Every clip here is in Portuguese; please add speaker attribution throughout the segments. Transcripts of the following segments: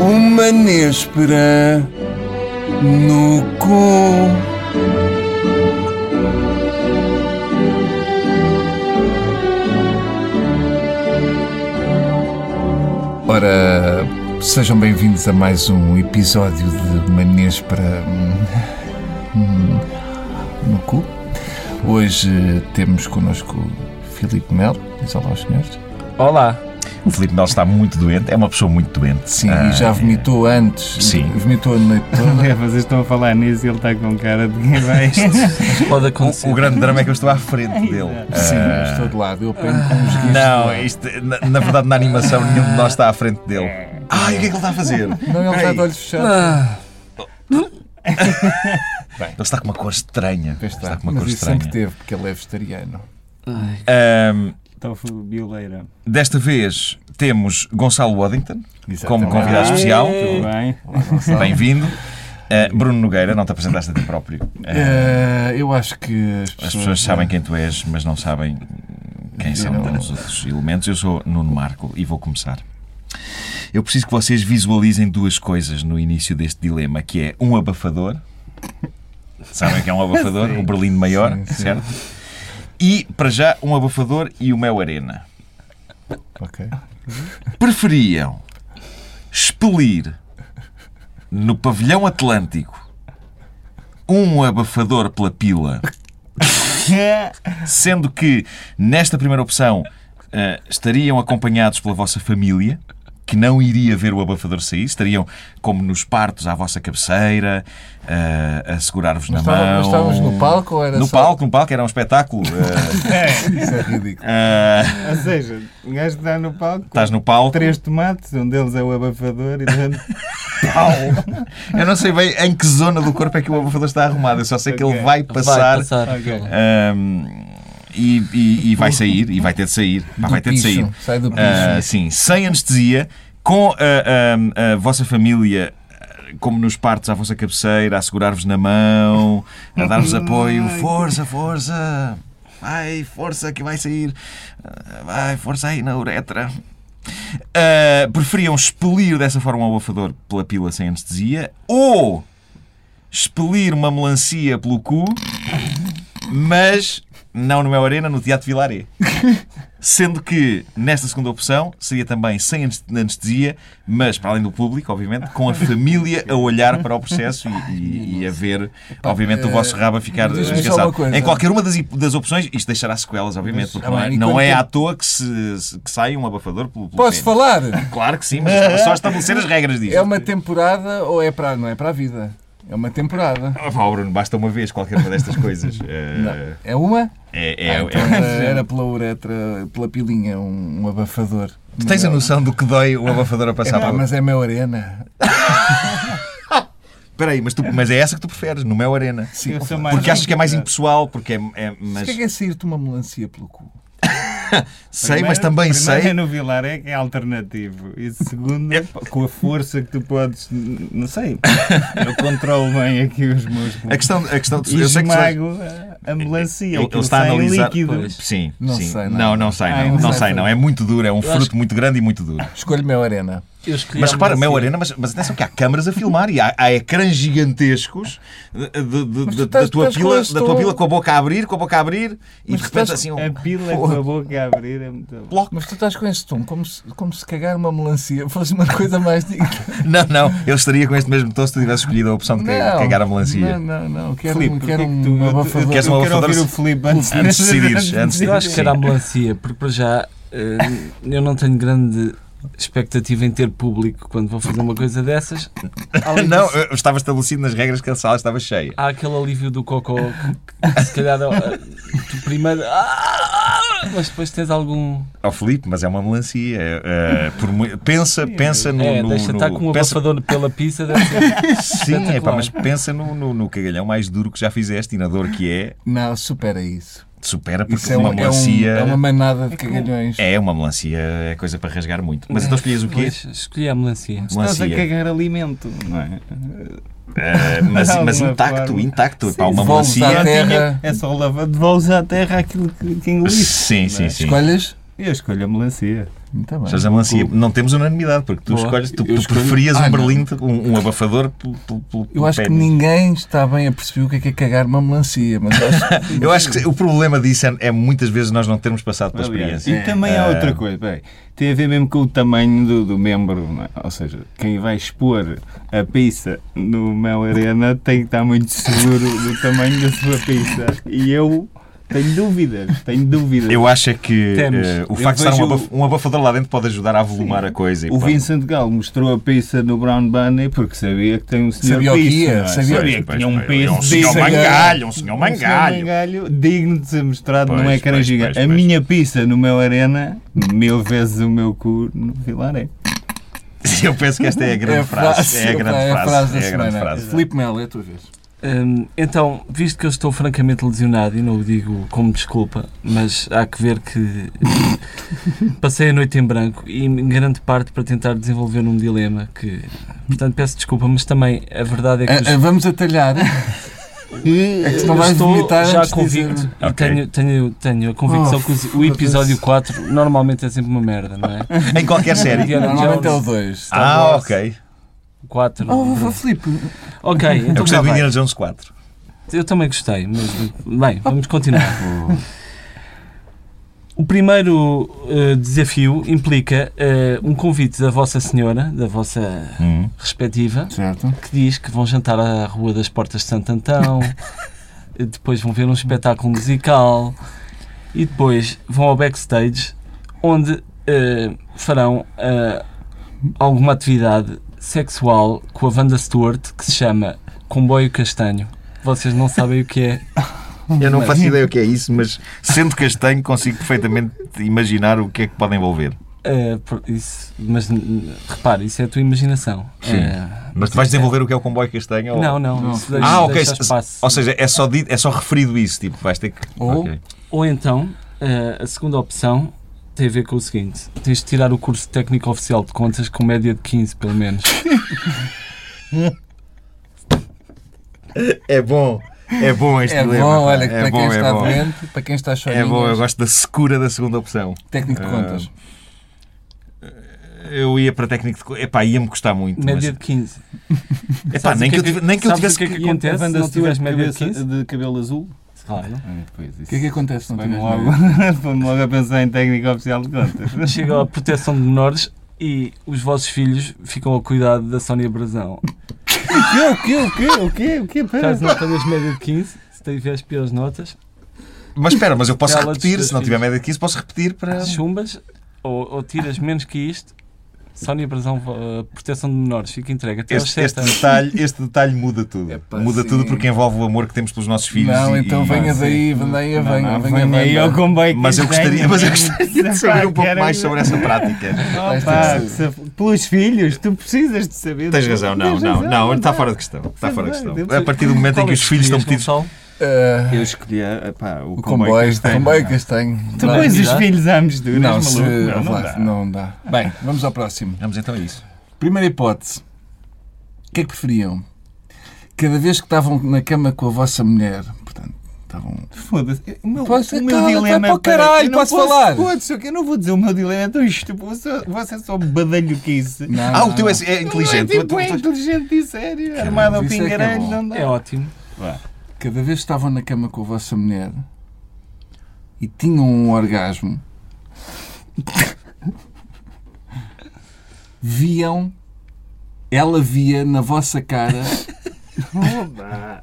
Speaker 1: uma néspera no cu. Ora, sejam bem-vindos a mais um episódio de Manês para. hum, no cu. Hoje eh, temos connosco Filipe Melo, diz olá aos senhores.
Speaker 2: Olá.
Speaker 3: O Filipe Melo está muito doente, é uma pessoa muito doente.
Speaker 1: Sim,
Speaker 3: Ah,
Speaker 1: e já vomitou antes.
Speaker 3: Sim.
Speaker 1: Vomitou a noite toda.
Speaker 4: É, vocês estão a falar nisso e ele está com cara de quem vai isto.
Speaker 2: Pode
Speaker 3: o,
Speaker 2: acontecer.
Speaker 3: o grande drama é que eu estou à frente dele. Ah,
Speaker 1: Sim, estou de lado. Eu pego com os guias.
Speaker 3: Não, isto, na, na verdade, na animação, nenhum de nós está à frente dele. Ai, o que é que ele está a fazer?
Speaker 1: Não, ele
Speaker 3: Peraí.
Speaker 1: está de olhos fechados.
Speaker 2: Ah,
Speaker 3: Ele está com uma cor estranha.
Speaker 1: Pois está,
Speaker 3: Está com uma
Speaker 1: mas
Speaker 3: cor
Speaker 1: isso
Speaker 3: estranha.
Speaker 1: sempre teve, porque ele é vegetariano.
Speaker 2: ai.
Speaker 3: Ahm,
Speaker 4: Tofu bioleira.
Speaker 3: desta vez temos Gonçalo Waddington como
Speaker 1: Exatamente.
Speaker 3: convidado especial.
Speaker 4: Tudo bem?
Speaker 3: Bem-vindo. Ah, Bruno Nogueira, não te apresentaste a ti próprio. Ah,
Speaker 1: Eh, eu acho que as pessoas,
Speaker 3: as pessoas sabem quem tu és, mas não sabem quem são
Speaker 1: é. Não.
Speaker 3: os outros elementos. Eu sou Nuno Marco e vou começar. Eu preciso que vocês visualizem duas coisas no início deste dilema, que é um abafador. Sabem o que é um abafador? o Berlim Maior,
Speaker 1: Sim, sim.
Speaker 3: certo? E, para já, um abafador e o Mel Arena.
Speaker 1: Ok.
Speaker 3: Preferiam expelir no pavilhão atlântico um abafador pela pila Sendo que, nesta primeira opção, eh, estariam acompanhados pela vossa família, que não iria ver o abafador sair, estariam como nos partos à vossa cabeceira, eh, a segurar-vos na
Speaker 1: Mas estava-
Speaker 3: mão.
Speaker 1: mas estávamos no palco ou era
Speaker 3: No
Speaker 1: só-
Speaker 3: palco, no palco, era um espetáculo. eh,
Speaker 1: Isso é ridículo.
Speaker 3: eh,
Speaker 4: Ou seja, um gajo está no palco.
Speaker 3: Estás no palco.
Speaker 4: Três tomates, um deles é o abafador e tanto.
Speaker 3: Eu não sei bem em que zona do corpo é que o abafador está arrumado, eu só sei que ele
Speaker 4: Ok.
Speaker 3: vai
Speaker 2: Vai
Speaker 3: passar. Uhum.
Speaker 2: passar.
Speaker 4: Ok.
Speaker 3: ehm, e, e- e vai sair, e vai ter de sair. Pá,
Speaker 1: Do
Speaker 3: Ah, vai ter de
Speaker 1: piso,
Speaker 3: sair.
Speaker 1: Sai do piso.
Speaker 3: Ah, sim, sem anestesia, com ah, ah, a vossa família, ah, como nos partos, à vossa cabeceira, a segurar-vos na mão, a dar-vos apoio. Força, força! Vai, força, que vai sair. Ah, Vai, força aí na uretra. Ah, preferiam expelir dessa forma o abafador pela pila sem anestesia ou expelir uma melancia pelo cu, mas não no Mel Arena, no Teatro Vilaré. Sendo que, nesta segunda opção, seria também sem anes- anestesia, mas para além do público, obviamente, com a família a olhar para o processo e, e- e a ver, obviamente, o vosso rabo a ficar
Speaker 1: eh, diz-me só uma
Speaker 3: desgraçado.
Speaker 1: coisa.
Speaker 3: Em qualquer uma das, hip- das opções, isto deixará sequelas, obviamente, porque
Speaker 1: Ah,
Speaker 3: não é,
Speaker 1: bem, e
Speaker 3: não
Speaker 1: quanto
Speaker 3: é
Speaker 1: tempo-
Speaker 3: à toa que, se, se- que sai um abafador pelo, pelo
Speaker 1: Posso
Speaker 3: pênis.
Speaker 1: falar?
Speaker 3: Claro que sim, mas estava só a estabelecer as regras disto.
Speaker 1: É uma temporada ou é para. Não é para a vida. É uma temporada.
Speaker 3: Ah, pá, Bruno, basta uma vez qualquer uma destas coisas. Eh,
Speaker 1: Não. É uma?
Speaker 3: é, é-
Speaker 1: Ah, então
Speaker 3: é-
Speaker 1: era, era pela uretra, pela pilinha, um, um abafador.
Speaker 3: Tu tens a noção do que dói o abafador a passar
Speaker 1: Ah,
Speaker 3: por...
Speaker 1: mas é meu arena.
Speaker 3: Peraí, mas, tu- mas é essa que tu preferes, no Mel Arena.
Speaker 4: Eu sou mais um
Speaker 3: Porque achas que é mais
Speaker 4: impossível.
Speaker 3: impessoal, porque é. é-
Speaker 1: Mas
Speaker 3: mas,
Speaker 1: o que é que é sair-te uma melancia pelo cu?
Speaker 3: sei, mas também sei. É.
Speaker 4: É no Vilar é que é alternativo. E segundo, com a força que tu podes. Não sei. Eu controlo bem aqui os músculos.
Speaker 3: A questão, a questão
Speaker 4: E
Speaker 3: eu sei que tu és-
Speaker 4: esmago a- a
Speaker 1: é
Speaker 4: melancia.
Speaker 3: Ele, ele
Speaker 4: aquilo
Speaker 3: está a
Speaker 4: sai
Speaker 3: analisar.
Speaker 4: líquido.
Speaker 3: Pois. Sim,
Speaker 1: Não
Speaker 3: sim.
Speaker 1: sei, não.
Speaker 3: não. não sei,
Speaker 4: Ah,
Speaker 3: não.
Speaker 4: não
Speaker 3: Não
Speaker 4: sei.
Speaker 3: sei, não. É muito duro, é um fruto
Speaker 2: acho-
Speaker 3: muito grande e muito duro.
Speaker 1: Escolho meu arena.
Speaker 2: Eu escolhi
Speaker 3: Mas
Speaker 2: a
Speaker 3: repara,
Speaker 2: melancia.
Speaker 3: Mel Arena, mas, mas atenção que há câmaras a filmar e há, há ecrãs gigantescos de- de- de-
Speaker 1: Mas tu
Speaker 3: de-
Speaker 1: estás-
Speaker 3: da, tua
Speaker 1: estás com
Speaker 3: pila,
Speaker 1: este
Speaker 3: da tua
Speaker 1: tom.
Speaker 3: pila com a boca a abrir, com a boca a abrir e
Speaker 1: Mas tu
Speaker 3: de repente
Speaker 1: estás-
Speaker 3: assim
Speaker 4: A
Speaker 3: um
Speaker 4: pila com a boca a abrir é muito bom.
Speaker 3: bloco.
Speaker 1: Mas tu estás com esse tom, como se, como se cagar uma melancia fosse uma coisa mais digna.
Speaker 3: Não, não, eu estaria com este mesmo tom se tu tivesse escolhido a opção de ca- cagar a melancia.
Speaker 1: Não, não, não. Quero,
Speaker 4: Filipe, porquê
Speaker 1: quero
Speaker 4: que
Speaker 1: um
Speaker 4: tu- eu- eu-
Speaker 1: abafador.
Speaker 3: Queres
Speaker 4: eu
Speaker 3: um
Speaker 4: quero
Speaker 3: abafador?
Speaker 4: ouvir o Filipe antes,
Speaker 3: Antes de decidires, antes de
Speaker 2: Eu acho que era a
Speaker 3: Sim.
Speaker 2: melancia, porque para já eh, eu não tenho grande expectativa em ter público quando vou fazer uma coisa dessas. Além
Speaker 3: Não,
Speaker 2: disso,
Speaker 3: eu eu estava estabelecido nas regras que a sala estava cheia.
Speaker 2: há aquele alívio do cocô que, que se calhar eh, tu primeiro. Ah, mas depois tens algum.
Speaker 3: Ó Filipe, mas é uma melancia. é, é, por mu- pensa, pensa no.
Speaker 2: é,
Speaker 3: no-
Speaker 2: deixa
Speaker 3: no-
Speaker 2: estar com um
Speaker 3: pensa-
Speaker 2: abafador pela pizza. Deve ser.
Speaker 3: Sim, é pá,
Speaker 2: espetacular.
Speaker 3: mas pensa no, no, no cagalhão mais duro que já fizeste e na dor que é.
Speaker 1: Não, supera isso.
Speaker 3: Supera porque
Speaker 1: Isso é,
Speaker 3: uma
Speaker 1: um- é, um,
Speaker 3: melancia.
Speaker 1: é uma manada de cagalhões.
Speaker 3: É, uma melancia é coisa para rasgar muito. Mas então escolhias o quê?
Speaker 2: Pois, escolhi a melancia.
Speaker 4: Estás a
Speaker 3: Melancia.
Speaker 4: cagar alimento, não é?
Speaker 3: Ah, mas,
Speaker 4: De
Speaker 3: mas
Speaker 4: alguma
Speaker 3: intacto,
Speaker 4: forma.
Speaker 3: intacto. Pá, uma
Speaker 1: volta à
Speaker 3: melancia.
Speaker 1: terra.
Speaker 4: É só lavar, devolves à terra aquilo que, que engoliste.
Speaker 3: Sim, sim, sim.
Speaker 1: Escolhas?
Speaker 4: Eu escolho a melancia.
Speaker 1: Muito bem.
Speaker 3: Seja melancia. Não temos unanimidade, porque tu
Speaker 2: Boa.
Speaker 3: escolhes, tu,
Speaker 2: Eu
Speaker 3: tu
Speaker 2: escolho-
Speaker 3: preferias
Speaker 1: Ah,
Speaker 3: um
Speaker 1: não.
Speaker 3: berlinde, um, um abafador pelo, pelo, pelo-
Speaker 1: Eu
Speaker 3: pelo
Speaker 1: acho que
Speaker 3: pênis.
Speaker 1: ninguém está bem a perceber o que é que é cagar uma melancia, mas acho que
Speaker 3: Eu acho que o problema disso é, é muitas vezes nós não termos passado pela
Speaker 4: Aliás,
Speaker 3: experiência.
Speaker 4: E também há outra coisa, peraí, tem a ver mesmo com o tamanho do, do membro, não é? ou seja, quem vai expor a pizza no Mel Arena tem que estar muito seguro do tamanho da sua pizza. E eu tenho dúvidas, tenho dúvidas.
Speaker 3: Eu acho é que
Speaker 2: Temos.
Speaker 3: eh, o
Speaker 4: Eu
Speaker 3: facto de estar um,
Speaker 4: vejo-
Speaker 3: abaf- um abafador lá dentro pode ajudar a avolumar a coisa. e
Speaker 4: o
Speaker 3: pá,
Speaker 4: Vincent Galo mostrou a pizza no Brown Bunny porque sabia que tem um senhor
Speaker 1: Sabia o que
Speaker 4: pizza.
Speaker 1: ia,
Speaker 4: não é?
Speaker 1: sabia-
Speaker 4: que tinha um
Speaker 3: pois,
Speaker 4: peso
Speaker 3: Um senhor
Speaker 1: desse.
Speaker 3: mangalho, um senhor
Speaker 4: Um
Speaker 3: mangalho.
Speaker 4: mangalho digno de ser mostrado
Speaker 3: Pois,
Speaker 4: num ecrã
Speaker 3: pois,
Speaker 4: gigante.
Speaker 3: pois,
Speaker 4: a
Speaker 3: pois.
Speaker 4: minha pizza no Mel Arena, mil vezes o meu cu no é. Vilaré.
Speaker 3: Eu penso que esta é a grande
Speaker 1: é a
Speaker 3: frase. É a grande
Speaker 1: pá,
Speaker 3: frase.
Speaker 1: da
Speaker 3: é a grande
Speaker 1: semana.
Speaker 3: frase.
Speaker 1: Filipe Melo, é a tua vez.
Speaker 2: Hum, então, visto que eu estou francamente lesionado, e não o digo como desculpa, mas há que ver que passei a noite em branco e em grande parte para tentar desenvolver um dilema que, portanto, peço desculpa, mas também a verdade é que
Speaker 1: Ah, ah, vamos atalhar. É que senão
Speaker 2: eu
Speaker 1: vais
Speaker 2: estou
Speaker 1: vomitar
Speaker 2: já
Speaker 1: antes de dizer. né?
Speaker 2: convicto e
Speaker 3: Ok.
Speaker 2: tenho, tenho, tenho a
Speaker 1: Oh,
Speaker 2: convicção que o- o episódio 4 normalmente é sempre uma merda, não é?
Speaker 3: Em qualquer série.
Speaker 2: Indiana
Speaker 1: Normalmente é o
Speaker 2: Jones
Speaker 1: 2.
Speaker 3: Ah,
Speaker 2: Wars.
Speaker 3: ok.
Speaker 2: 4.
Speaker 1: Oh, Filipe,
Speaker 2: ok,
Speaker 3: Eu
Speaker 2: então
Speaker 3: gostei
Speaker 2: tá
Speaker 3: do
Speaker 2: bem.
Speaker 3: Indiana Jones 4.
Speaker 2: Eu também gostei, mas bem, vamos continuar. O primeiro eh, desafio implica eh, um convite da Vossa Senhora, da vossa
Speaker 3: Hum.
Speaker 2: respectiva,
Speaker 1: certo?
Speaker 2: que diz que vão jantar à Rua das Portas de Santo Antão, eh, depois vão ver um espetáculo musical e depois vão ao backstage, onde eh, farão eh, alguma atividade sexual com a Wanda Stewart que se chama Comboio Castanho. Vocês não sabem o que é.
Speaker 3: Eu não faço ideia o que é isso, mas sendo castanho, consigo perfeitamente imaginar o que é que pode envolver.
Speaker 2: É, por- isso, mas n- repare, isso é a tua imaginação.
Speaker 3: Sim.
Speaker 2: É,
Speaker 3: Mas tu vais desenvolver o que é o comboio castanho? ou-
Speaker 2: Não, não,
Speaker 1: Não.
Speaker 2: isso deixa,
Speaker 3: Ah, ok.
Speaker 2: deixa espaço.
Speaker 3: Ou seja, é só, di- é só referido isso. Tipo, vais ter que.
Speaker 1: Ou-
Speaker 3: Ok.
Speaker 2: Ou então, eh, a segunda opção tem a ver com o seguinte: tens de tirar o curso técnico oficial de contas com média de 15, pelo menos.
Speaker 3: É bom. É bom este
Speaker 1: É
Speaker 3: dilema,
Speaker 1: bom,
Speaker 3: pá.
Speaker 1: olha, que para quem
Speaker 3: é bom, é
Speaker 1: está
Speaker 3: bom.
Speaker 1: doente, para quem está
Speaker 3: É bom, Ah, eu
Speaker 1: chorinho,
Speaker 3: gosto da secura da segunda opção.
Speaker 1: técnico de contas.
Speaker 3: Eu ia para técnico de. co- Epá, ia-me custar muito.
Speaker 2: média de
Speaker 3: mas-
Speaker 2: 15.
Speaker 3: Epá,
Speaker 2: Sabes
Speaker 3: nem
Speaker 2: o que
Speaker 3: que, eu
Speaker 2: é que-
Speaker 3: tive- nem que eu
Speaker 2: sabes o
Speaker 3: tivesse
Speaker 2: que é que acontece se não tiveres média de 15?
Speaker 4: de cabelo azul? Hum,
Speaker 2: Claro.
Speaker 1: O que é que acontece? se Não
Speaker 4: Põe-me
Speaker 1: tiveres
Speaker 4: logo,
Speaker 1: medo?
Speaker 4: põe-me logo a pensar em técnica oficial de contas.
Speaker 2: Chega à proteção de menores e os vossos filhos ficam ao cuidado da Sónia Brazão.
Speaker 4: O quê? O quê? O quê? O quê? Pera.
Speaker 2: Caso não tenhas média de 15, se tiveres piores notas,
Speaker 3: Mas espera, mas eu posso
Speaker 2: Tela dos
Speaker 3: repetir.
Speaker 2: teus
Speaker 3: Se não tiver
Speaker 2: filhos.
Speaker 3: média de 15, posso repetir para.
Speaker 2: chumbas ou, ou tiras menos que isto. Sónia Brazão, eh, proteção de menores, fica entregue até aos
Speaker 3: Este,
Speaker 2: 7
Speaker 3: este detalhe, este detalhe muda tudo.
Speaker 1: Epá,
Speaker 3: muda
Speaker 1: sim.
Speaker 3: tudo porque envolve o amor que temos pelos nossos filhos.
Speaker 1: Não,
Speaker 3: e-
Speaker 1: então
Speaker 3: e-
Speaker 1: venha
Speaker 4: sim.
Speaker 1: daí, venha aí, venha,
Speaker 4: Não, não,
Speaker 1: venha,
Speaker 4: venha aí
Speaker 1: venha.
Speaker 4: ao comboio
Speaker 3: Mas eu
Speaker 4: castanho.
Speaker 3: gostaria, mas eu gostaria de saber um pouco
Speaker 4: Quero-
Speaker 3: mais sobre essa prática.
Speaker 4: Opa, que se- pelos filhos, tu precisas de saber.
Speaker 3: Tens razão, não,
Speaker 4: Tens
Speaker 3: não,
Speaker 4: razão,
Speaker 3: não, está
Speaker 4: dá.
Speaker 3: fora de questão. Está fora de
Speaker 4: Deus.
Speaker 3: questão. A partir do momento em
Speaker 2: é
Speaker 3: que os filhos estão metidos.
Speaker 1: Ah,
Speaker 4: Eu escolhi epá, o,
Speaker 1: O comboio, o comboio
Speaker 3: é?
Speaker 1: castanho.
Speaker 4: Tu
Speaker 1: Não,
Speaker 4: pões os
Speaker 2: dá.
Speaker 4: filhos à mistura,
Speaker 1: Não,
Speaker 4: és
Speaker 1: se,
Speaker 4: maluco? não, não
Speaker 1: vá,
Speaker 4: dá.
Speaker 1: não dá. Bem, vamos ao próximo.
Speaker 3: Vamos então a isso.
Speaker 1: Primeira hipótese. O que é que preferiam? Cada vez que estavam na cama com a vossa mulher, portanto, estavam.
Speaker 4: Foda-se. O meu,
Speaker 1: Pois,
Speaker 4: o meu
Speaker 1: cala,
Speaker 4: dilema
Speaker 1: vai para o
Speaker 4: peraí,
Speaker 1: caralho,
Speaker 4: eu não
Speaker 1: posso
Speaker 4: posso-
Speaker 1: falar?
Speaker 4: Foda-se, eu não vou dizer o meu dilema é tão estúpido. Você, você é só badalho que isso.
Speaker 1: Não,
Speaker 3: Ah, o
Speaker 1: não,
Speaker 3: teu é,
Speaker 1: não.
Speaker 3: é inteligente.
Speaker 4: Não, é
Speaker 3: Tu- tu-
Speaker 4: tipo, é
Speaker 3: tu-
Speaker 4: inteligente e sério. Armado ao
Speaker 1: isso é que é
Speaker 4: pingarelho,
Speaker 1: bom.
Speaker 4: não dá.
Speaker 2: É ótimo.
Speaker 1: Cada vez que estavam na cama com a vossa mulher e tinham um orgasmo, viam. Ela via na vossa cara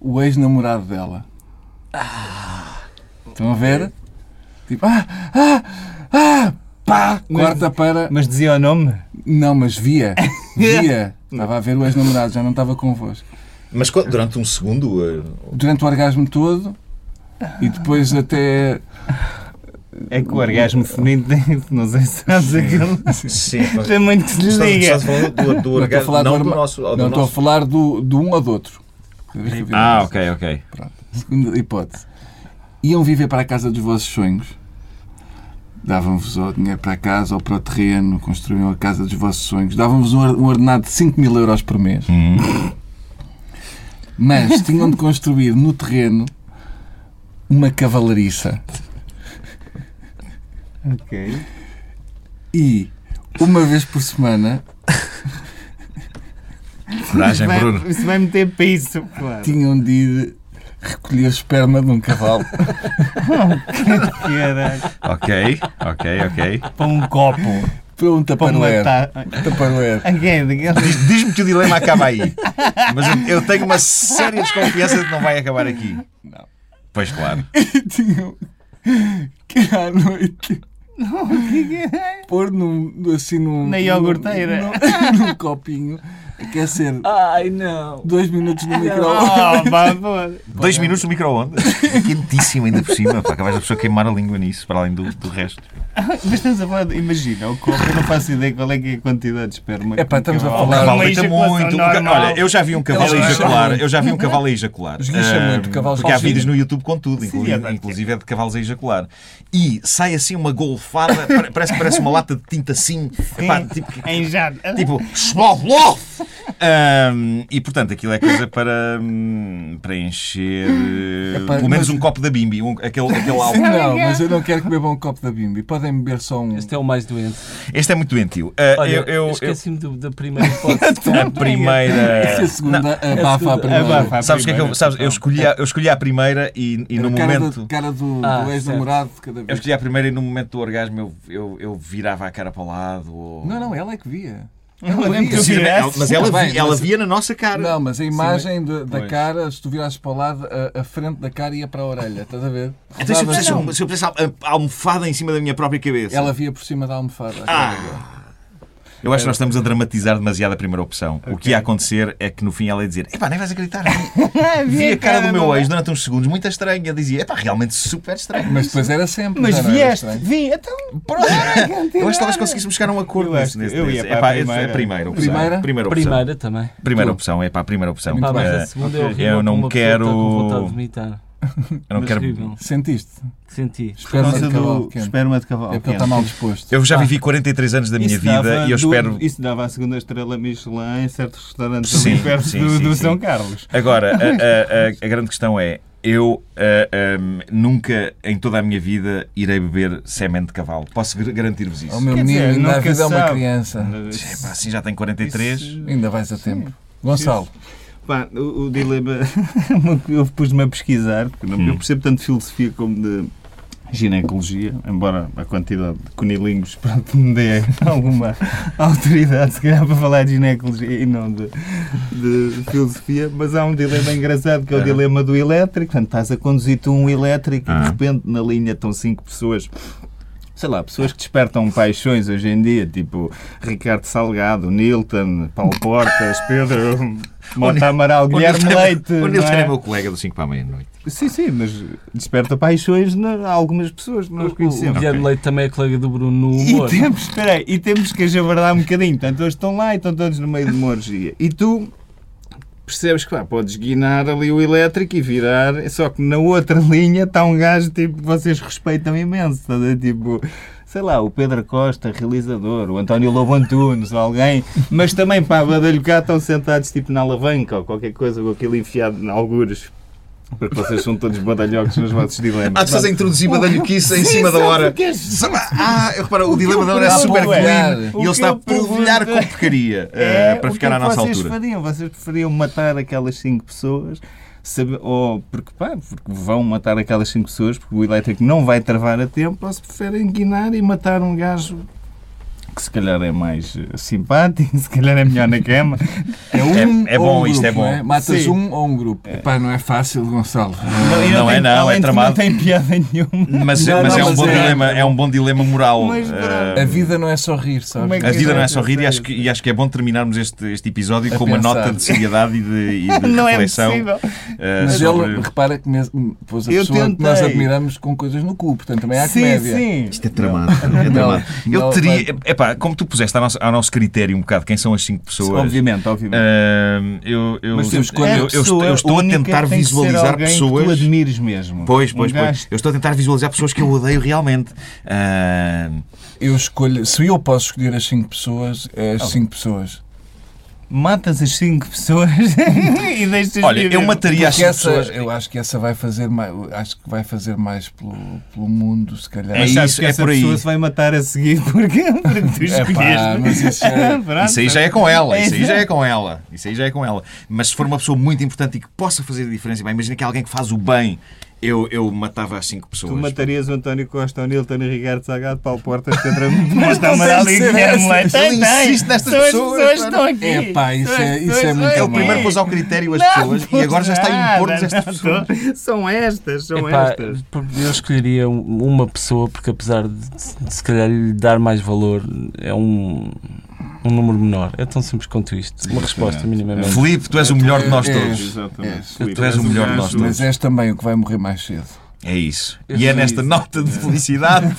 Speaker 1: o ex-namorado dela. Estão a ver? Tipo, ah, ah, ah, pá,
Speaker 4: Mas-
Speaker 1: quarta para.
Speaker 4: Mas dizia o nome?
Speaker 1: Não, mas via. Via. Estava a ver o ex-namorado, já não estava convosco.
Speaker 3: Mas co- durante um segundo. eh,
Speaker 1: Durante o orgasmo todo e depois
Speaker 3: Ah.
Speaker 1: até.
Speaker 4: É que o orgasmo feminino tem, não sei se sabes aquele
Speaker 3: Sim, mas-
Speaker 4: tamanho que se lhe
Speaker 3: Estás-
Speaker 4: liga.
Speaker 3: estás falando do, do
Speaker 1: Não estou a
Speaker 3: orgasmo,
Speaker 1: falar do
Speaker 3: não do
Speaker 1: orma-
Speaker 3: nosso. do
Speaker 1: não estou a
Speaker 3: nosso.
Speaker 1: falar do, de um ou do outro.
Speaker 3: Ah, ok, ok.
Speaker 1: Segunda hipótese. Iam viver para a casa dos vossos sonhos. Davam-vos o dinheiro para a casa ou para o terreno, construíam a casa dos vossos sonhos. Davam-vos um or- um ordenado de 5 mil euros por mês.
Speaker 3: Hum.
Speaker 1: Mas tinham de construir no terreno uma cavalariça.
Speaker 4: Ok.
Speaker 1: E uma vez por semana
Speaker 3: Coragem,
Speaker 4: vai,
Speaker 3: Bruno.
Speaker 4: Isso vai meter piso, claro.
Speaker 1: tinham de ir recolher esperma de um cavalo.
Speaker 4: Caraca.
Speaker 3: Ok, ok, ok.
Speaker 4: Para um copo.
Speaker 1: Para um
Speaker 4: Para é uma
Speaker 1: taparoer.
Speaker 4: ta...
Speaker 1: Taparoer.
Speaker 4: Alguém daqueles-
Speaker 3: Diz- Diz-me que o dilema acaba aí. Mas eu, eu tenho uma séria desconfiança de que não vai acabar aqui.
Speaker 1: Não.
Speaker 3: Pois claro.
Speaker 1: E tinham que à noite pôr num, assim num.
Speaker 4: Na iogurteira.
Speaker 1: Num, num copinho, aquecer
Speaker 2: Ai não!
Speaker 1: dois minutos no microondas.
Speaker 4: Oh, vamos.
Speaker 3: Dois minutos no micro-ondas. É Quentíssimo ainda por cima. Pá, capaz da pessoa queimar a língua nisso, para além do, do resto.
Speaker 4: Mas estamos a falar, de- imagina, o copo, eu não faço ideia qual é que é a quantidade de esperma.
Speaker 1: Epá, estamos a
Speaker 4: que eu-
Speaker 3: O
Speaker 1: falar-
Speaker 3: Um cavalo
Speaker 4: Uma
Speaker 3: deita
Speaker 4: ejaculação
Speaker 3: muito. O ca-
Speaker 4: normal.
Speaker 3: Olha, eu já vi um cavalo a
Speaker 1: Eles
Speaker 3: ejacular.
Speaker 1: incham
Speaker 3: Eu já vi um cavalo a ejacular.
Speaker 1: Esguicha
Speaker 3: Ah,
Speaker 1: muito, cavalos
Speaker 3: Porque há
Speaker 1: sozinhos.
Speaker 3: vídeos no YouTube com tudo, inclusive,
Speaker 4: é verdade.
Speaker 3: inclusive é de cavalos a ejacular. E sai assim uma golfada, pare- parece, parece uma lata de tinta assim. Epá, tipo, que-
Speaker 4: Enjado.
Speaker 3: tipo Smogloff! Ahm, e portanto, aquilo é coisa para, hum, para encher eh,
Speaker 1: Epá,
Speaker 3: pelo menos
Speaker 1: mas-
Speaker 3: um copo da Bimbi, um- aquele, aquele álcool.
Speaker 1: Não, mas eu não quero que bebam um copo da Bimbi. Podem beber só um.
Speaker 2: Este é o mais doente.
Speaker 3: Este é muito doentio. Ah,
Speaker 2: Olha,
Speaker 3: eu, eu- Então, é eu-
Speaker 2: esqueci-me do- da primeira hipótese.
Speaker 3: a primeira.
Speaker 1: Se a segunda abafa
Speaker 2: segunda-
Speaker 1: a primeira.
Speaker 4: Abafa a
Speaker 3: Sabes o que é que eu,
Speaker 4: primeira,
Speaker 3: sabes, eu, escolhi a, eu escolhi a primeira e, e
Speaker 1: Era
Speaker 3: no
Speaker 1: cara
Speaker 3: momento.
Speaker 1: Do, cara do,
Speaker 2: Ah,
Speaker 1: do ex-namorado de cada
Speaker 3: Eu
Speaker 1: vez.
Speaker 3: escolhi a primeira e no momento do orgasmo eu, eu, eu virava a cara para o lado. Ou...
Speaker 1: Não, não, ela é que via.
Speaker 4: Eu lembro que eu
Speaker 3: Precisamente, ela-
Speaker 4: virasse.
Speaker 3: mas ela,
Speaker 1: Tá bem,
Speaker 3: vi- ela
Speaker 1: mas-
Speaker 3: via na nossa cara.
Speaker 1: Não, mas a imagem da- da
Speaker 4: pois.
Speaker 1: cara, se tu virasses para o lado, a, a frente da cara ia para a orelha, estás a ver?
Speaker 3: Então se eu
Speaker 1: Rodava
Speaker 3: pusesse,
Speaker 1: assim.
Speaker 3: um- se eu pusesse a, a almofada em cima da minha própria cabeça.
Speaker 1: Ela via por cima da almofada.
Speaker 3: Ah! Eu acho que nós
Speaker 4: É.
Speaker 3: estamos a dramatizar demasiado a primeira opção. O que ia acontecer é que no fim ela ia dizer: Epá, nem vais acreditar. Vi, vi a cara do meu ex
Speaker 4: é?
Speaker 3: durante uns segundos, muito estranha. Eu dizia: Epá, realmente super estranho.
Speaker 1: Mas depois era sempre.
Speaker 4: Mas
Speaker 1: já não era
Speaker 4: vieste,
Speaker 1: estranho.
Speaker 4: vi, então.
Speaker 3: Eu acho que talvez conseguíssemos chegar a um acordo
Speaker 4: Eu acho
Speaker 3: nesse, nesse,
Speaker 4: que eu ia
Speaker 3: nesse.
Speaker 4: para a
Speaker 3: Epá, essa
Speaker 4: primeira.
Speaker 3: é a primeira opção.
Speaker 1: Primeira?
Speaker 3: Primeira opção.
Speaker 2: primeira também.
Speaker 3: Primeira opção, é para a primeira opção.
Speaker 2: Pá, mas
Speaker 3: Eh,
Speaker 2: a segunda é
Speaker 4: ok.
Speaker 2: horrível.
Speaker 3: Eu
Speaker 2: para
Speaker 3: não
Speaker 2: uma pessoa que está com
Speaker 3: quero-
Speaker 2: vontade de vomitar.
Speaker 3: eu não
Speaker 2: Mas
Speaker 3: quero
Speaker 2: horrível.
Speaker 1: Sentiste?
Speaker 2: Senti.
Speaker 1: Esperma de cavalo
Speaker 4: do
Speaker 1: pequeno.
Speaker 4: esperma de cavalo.
Speaker 1: É porque ele está mal disposto. Ah,
Speaker 3: Eu já vivi 43 anos da minha
Speaker 4: Isso
Speaker 3: vida
Speaker 4: dava
Speaker 3: e eu
Speaker 4: do-
Speaker 3: espero.
Speaker 4: Isso dava a segunda estrela Michelin em certos restaurantes
Speaker 3: Sim,
Speaker 4: ali perto
Speaker 3: sim,
Speaker 4: do,
Speaker 3: sim,
Speaker 4: do
Speaker 3: sim.
Speaker 4: São Carlos.
Speaker 3: Agora, a, a- a- a grande questão é: eu ah, ahm, nunca em toda a minha vida irei beber semente de cavalo. Posso gar- garantir-vos isso.
Speaker 1: Ao meu
Speaker 4: Quer
Speaker 1: menino,
Speaker 4: dizer,
Speaker 1: ainda a
Speaker 4: nunca
Speaker 1: vida é uma
Speaker 4: sabe.
Speaker 1: criança.
Speaker 3: Epá, assim já tenho 43.
Speaker 4: Isso-
Speaker 1: Ainda vais a tempo. Gonçalo,
Speaker 4: Pá, o, o dilema. eu pus-me a pesquisar, porque não, eu percebo tanto de filosofia como de ginecologia, embora a quantidade de conilinhos pronto, me dê alguma autoridade, se calhar, para falar de ginecologia e não de, de filosofia. Mas há um dilema engraçado que é o
Speaker 3: Ah.
Speaker 4: dilema do elétrico. Portanto, estás a conduzir tu um elétrico e
Speaker 3: Ah.
Speaker 4: de repente na linha estão cinco pessoas sei lá, pessoas que despertam paixões hoje em dia, tipo Ricardo Salgado, Nilton, Paulo Portas, Pedro Mota Amaral,
Speaker 3: O Nilton
Speaker 4: Guilherme
Speaker 3: é-
Speaker 4: Leite.
Speaker 3: O Nilton
Speaker 4: não
Speaker 3: é
Speaker 4: é?
Speaker 3: meu colega do 5 para a meia-noite.
Speaker 4: Sim, sim, mas desperta paixões na- a algumas pessoas que
Speaker 2: O,
Speaker 4: nós
Speaker 2: o Guilherme
Speaker 4: conhecemos.
Speaker 2: Leite também é colega do Bruno no
Speaker 4: E
Speaker 2: humor.
Speaker 4: temos, espera aí, e temos que ajabardar um bocadinho. Portanto, eles estão lá e estão todos no meio de uma orgia. E tu percebes que pá, podes guinar ali o elétrico e virar, só que na outra linha está um gajo tipo, que vocês respeitam imenso. Estás a ver? Tipo, sei lá, o Pedro Costa, realizador, o António Lobo Antunes, ou alguém, mas também pá, badalho cá estão sentados tipo na alavanca ou qualquer coisa, com aquilo enfiado em algures. Porque vocês são todos badalhocos nos vossos dilemas.
Speaker 3: Há de fazer introduzir badalhoquice em cima da hora. Sabe- Ah, eu reparo, o dilema da hora é
Speaker 1: pergunto
Speaker 3: super
Speaker 1: é-
Speaker 3: clean
Speaker 1: o
Speaker 4: que
Speaker 3: e ele
Speaker 4: eu
Speaker 3: está a polvilhar com
Speaker 4: pergunto
Speaker 3: porcaria
Speaker 4: É,
Speaker 3: eh, para
Speaker 4: o
Speaker 3: ficar
Speaker 4: que é
Speaker 3: à
Speaker 4: que
Speaker 3: nossa
Speaker 4: vocês
Speaker 3: altura.
Speaker 4: Fariam? Vocês preferiam matar aquelas 5 pessoas? Sabe, ou porque, pá, porque vão matar aquelas 5 pessoas porque o elétrico não vai travar a tempo, ou se preferem guinar e matar um gajo que se calhar é mais eh, simpático, se calhar é melhor na cama.
Speaker 1: é um.
Speaker 3: é
Speaker 1: ou
Speaker 3: bom,
Speaker 1: um
Speaker 3: isto
Speaker 1: grupo,
Speaker 3: é bom.
Speaker 1: não Matas
Speaker 4: Sim.
Speaker 1: um ou um grupo. Epá, não é fácil, Gonçalo.
Speaker 4: e
Speaker 3: não
Speaker 4: tem-
Speaker 3: é não, é
Speaker 4: além de que
Speaker 3: tramado.
Speaker 4: Não tem piada nenhuma.
Speaker 3: Mas,
Speaker 1: Não,
Speaker 3: mas
Speaker 1: não,
Speaker 3: é, um
Speaker 1: mas
Speaker 3: bom
Speaker 1: é-
Speaker 3: dilema, é um bom dilema moral.
Speaker 4: Mas,
Speaker 3: eh,
Speaker 4: pronto.
Speaker 1: A vida não é só rir,
Speaker 4: Como é
Speaker 1: sabes?
Speaker 4: que
Speaker 3: A vida não é só
Speaker 4: Exato,
Speaker 3: rir e acho
Speaker 4: exato.
Speaker 3: que, e acho que é bom terminarmos este, este episódio
Speaker 1: A
Speaker 3: com uma
Speaker 1: pensar.
Speaker 3: nota de seriedade e de, e de
Speaker 4: Não é
Speaker 3: reflexão.
Speaker 4: possível.
Speaker 3: eh,
Speaker 1: Mas
Speaker 3: sobre-
Speaker 1: ele, repara que mesmo, pois a
Speaker 4: É Eu
Speaker 1: pessoa que nós
Speaker 4: tentei.
Speaker 1: admiramos com coisas no cu, portanto também há
Speaker 4: Sim,
Speaker 1: comédia.
Speaker 4: sim.
Speaker 3: Isto é tramado. é tramado.
Speaker 1: Não,
Speaker 3: eu
Speaker 1: não,
Speaker 3: teria. Epá, como tu puseste ao nosso, ao nosso critério um bocado quem são as cinco pessoas.
Speaker 4: Obviamente, obviamente.
Speaker 3: ehm, eu, eu,
Speaker 1: Mas temos
Speaker 3: eu-
Speaker 1: quando-
Speaker 4: É,
Speaker 3: eu- eu estou, eu estou a
Speaker 4: única
Speaker 3: tentar
Speaker 4: tem que ser
Speaker 3: visualizar
Speaker 4: alguém que Tu
Speaker 3: pessoas.
Speaker 4: admires mesmo.
Speaker 3: Pois,
Speaker 4: Um
Speaker 3: pois,
Speaker 4: gajo
Speaker 3: pois. Eu estou a tentar visualizar pessoas que eu odeio realmente. Ehm,
Speaker 1: Eu escolho, se eu posso escolher as 5 pessoas, é as 5 pessoas.
Speaker 4: matas as 5 pessoas e deixas
Speaker 3: Olha, é
Speaker 4: viver.
Speaker 3: eu mataria as
Speaker 1: Porque
Speaker 3: cinco
Speaker 1: essa,
Speaker 3: pessoas.
Speaker 1: eu acho que essa vai fazer mais, acho que vai fazer mais pelo, pelo mundo, se calhar.
Speaker 3: É
Speaker 4: Mas sabes
Speaker 3: isso,
Speaker 4: que
Speaker 3: é
Speaker 4: essa
Speaker 3: por aí.
Speaker 4: pessoa se vai matar a seguir porque, porque tu escolheste.
Speaker 1: mas isso é-
Speaker 4: Pronto.
Speaker 3: Isso aí já é com ela, isso aí já é com ela, isso aí já é com ela. Mas se for uma pessoa muito importante e que possa fazer a diferença, bem, imagina que é alguém que faz o bem, eu, eu matava as cinco pessoas.
Speaker 4: Tu matarias o António Costa, o Nilton e o Ricardo Salgado, Paulo Portas, Pedro Mota
Speaker 1: consegue
Speaker 4: Amaral e
Speaker 1: ser
Speaker 4: Guilherme
Speaker 1: essas,
Speaker 3: ele
Speaker 4: Leite. é? Tem, tem.
Speaker 3: insiste nestas
Speaker 4: São as
Speaker 3: pessoas,
Speaker 4: que
Speaker 3: pá,
Speaker 4: estão aqui.
Speaker 1: Epá, isso
Speaker 4: São
Speaker 1: é-
Speaker 4: as
Speaker 1: isso é
Speaker 4: pessoas
Speaker 1: muito
Speaker 4: que
Speaker 3: Ele
Speaker 4: estão
Speaker 3: primeiro
Speaker 4: aqui.
Speaker 3: pôs ao critério as
Speaker 4: Não,
Speaker 3: pessoas e agora já está a impor-nos
Speaker 4: nada,
Speaker 3: estas
Speaker 4: não,
Speaker 3: pessoas.
Speaker 4: tô- São estas, são
Speaker 2: Epá,
Speaker 4: estas.
Speaker 2: eu escolheria um- uma pessoa porque apesar de, de se calhar lhe dar mais valor é um, um número menor. É tão simples quanto isto. Uma resposta minimamente.
Speaker 3: Filipe, tu és o melhor de nós
Speaker 1: É.
Speaker 3: todos.
Speaker 4: Exatamente.
Speaker 1: Tu
Speaker 3: és o melhor de nós todos.
Speaker 1: Mas és também o que vai morrer mais cedo.
Speaker 3: É isso.
Speaker 2: Eu
Speaker 3: E é
Speaker 2: sei
Speaker 3: nesta
Speaker 2: isso.
Speaker 3: nota de felicidade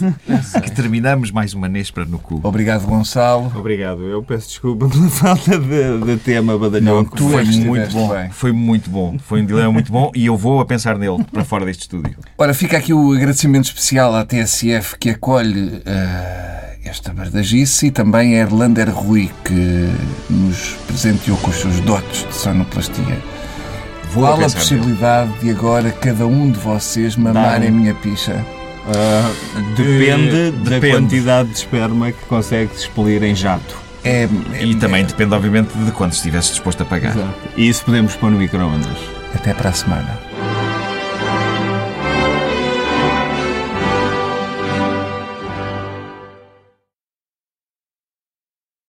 Speaker 1: É
Speaker 3: que terminamos mais uma Nespra no cu.
Speaker 1: Obrigado, Gonçalo.
Speaker 4: Obrigado, eu peço desculpa pela falta de, de tema badalhão.
Speaker 1: Não, tu
Speaker 3: Foi
Speaker 1: é que
Speaker 3: muito
Speaker 1: estiveste
Speaker 3: bom.
Speaker 1: bem.
Speaker 3: Foi muito bom. Foi um dilema muito bom e eu vou a pensar nele para fora deste estúdio.
Speaker 1: Ora, fica aqui o agradecimento especial à TSF que acolhe eh, esta bardagice e também a Erlander Rui que nos presenteou com os seus dotes de sonoplastia.
Speaker 3: Vou a
Speaker 1: Qual a
Speaker 3: pensar nele.
Speaker 1: possibilidade de agora cada um de vocês mamarem
Speaker 3: um.
Speaker 1: a minha picha?
Speaker 4: Ah,
Speaker 3: Eh,
Speaker 4: depende,
Speaker 3: depende.
Speaker 4: da quantidade de esperma que consegues expelir em jato.
Speaker 1: É,
Speaker 3: E também depende, obviamente, de quanto estivesse disposto a pagar.
Speaker 4: E isso podemos pôr no micro-ondas.
Speaker 1: Até para a semana.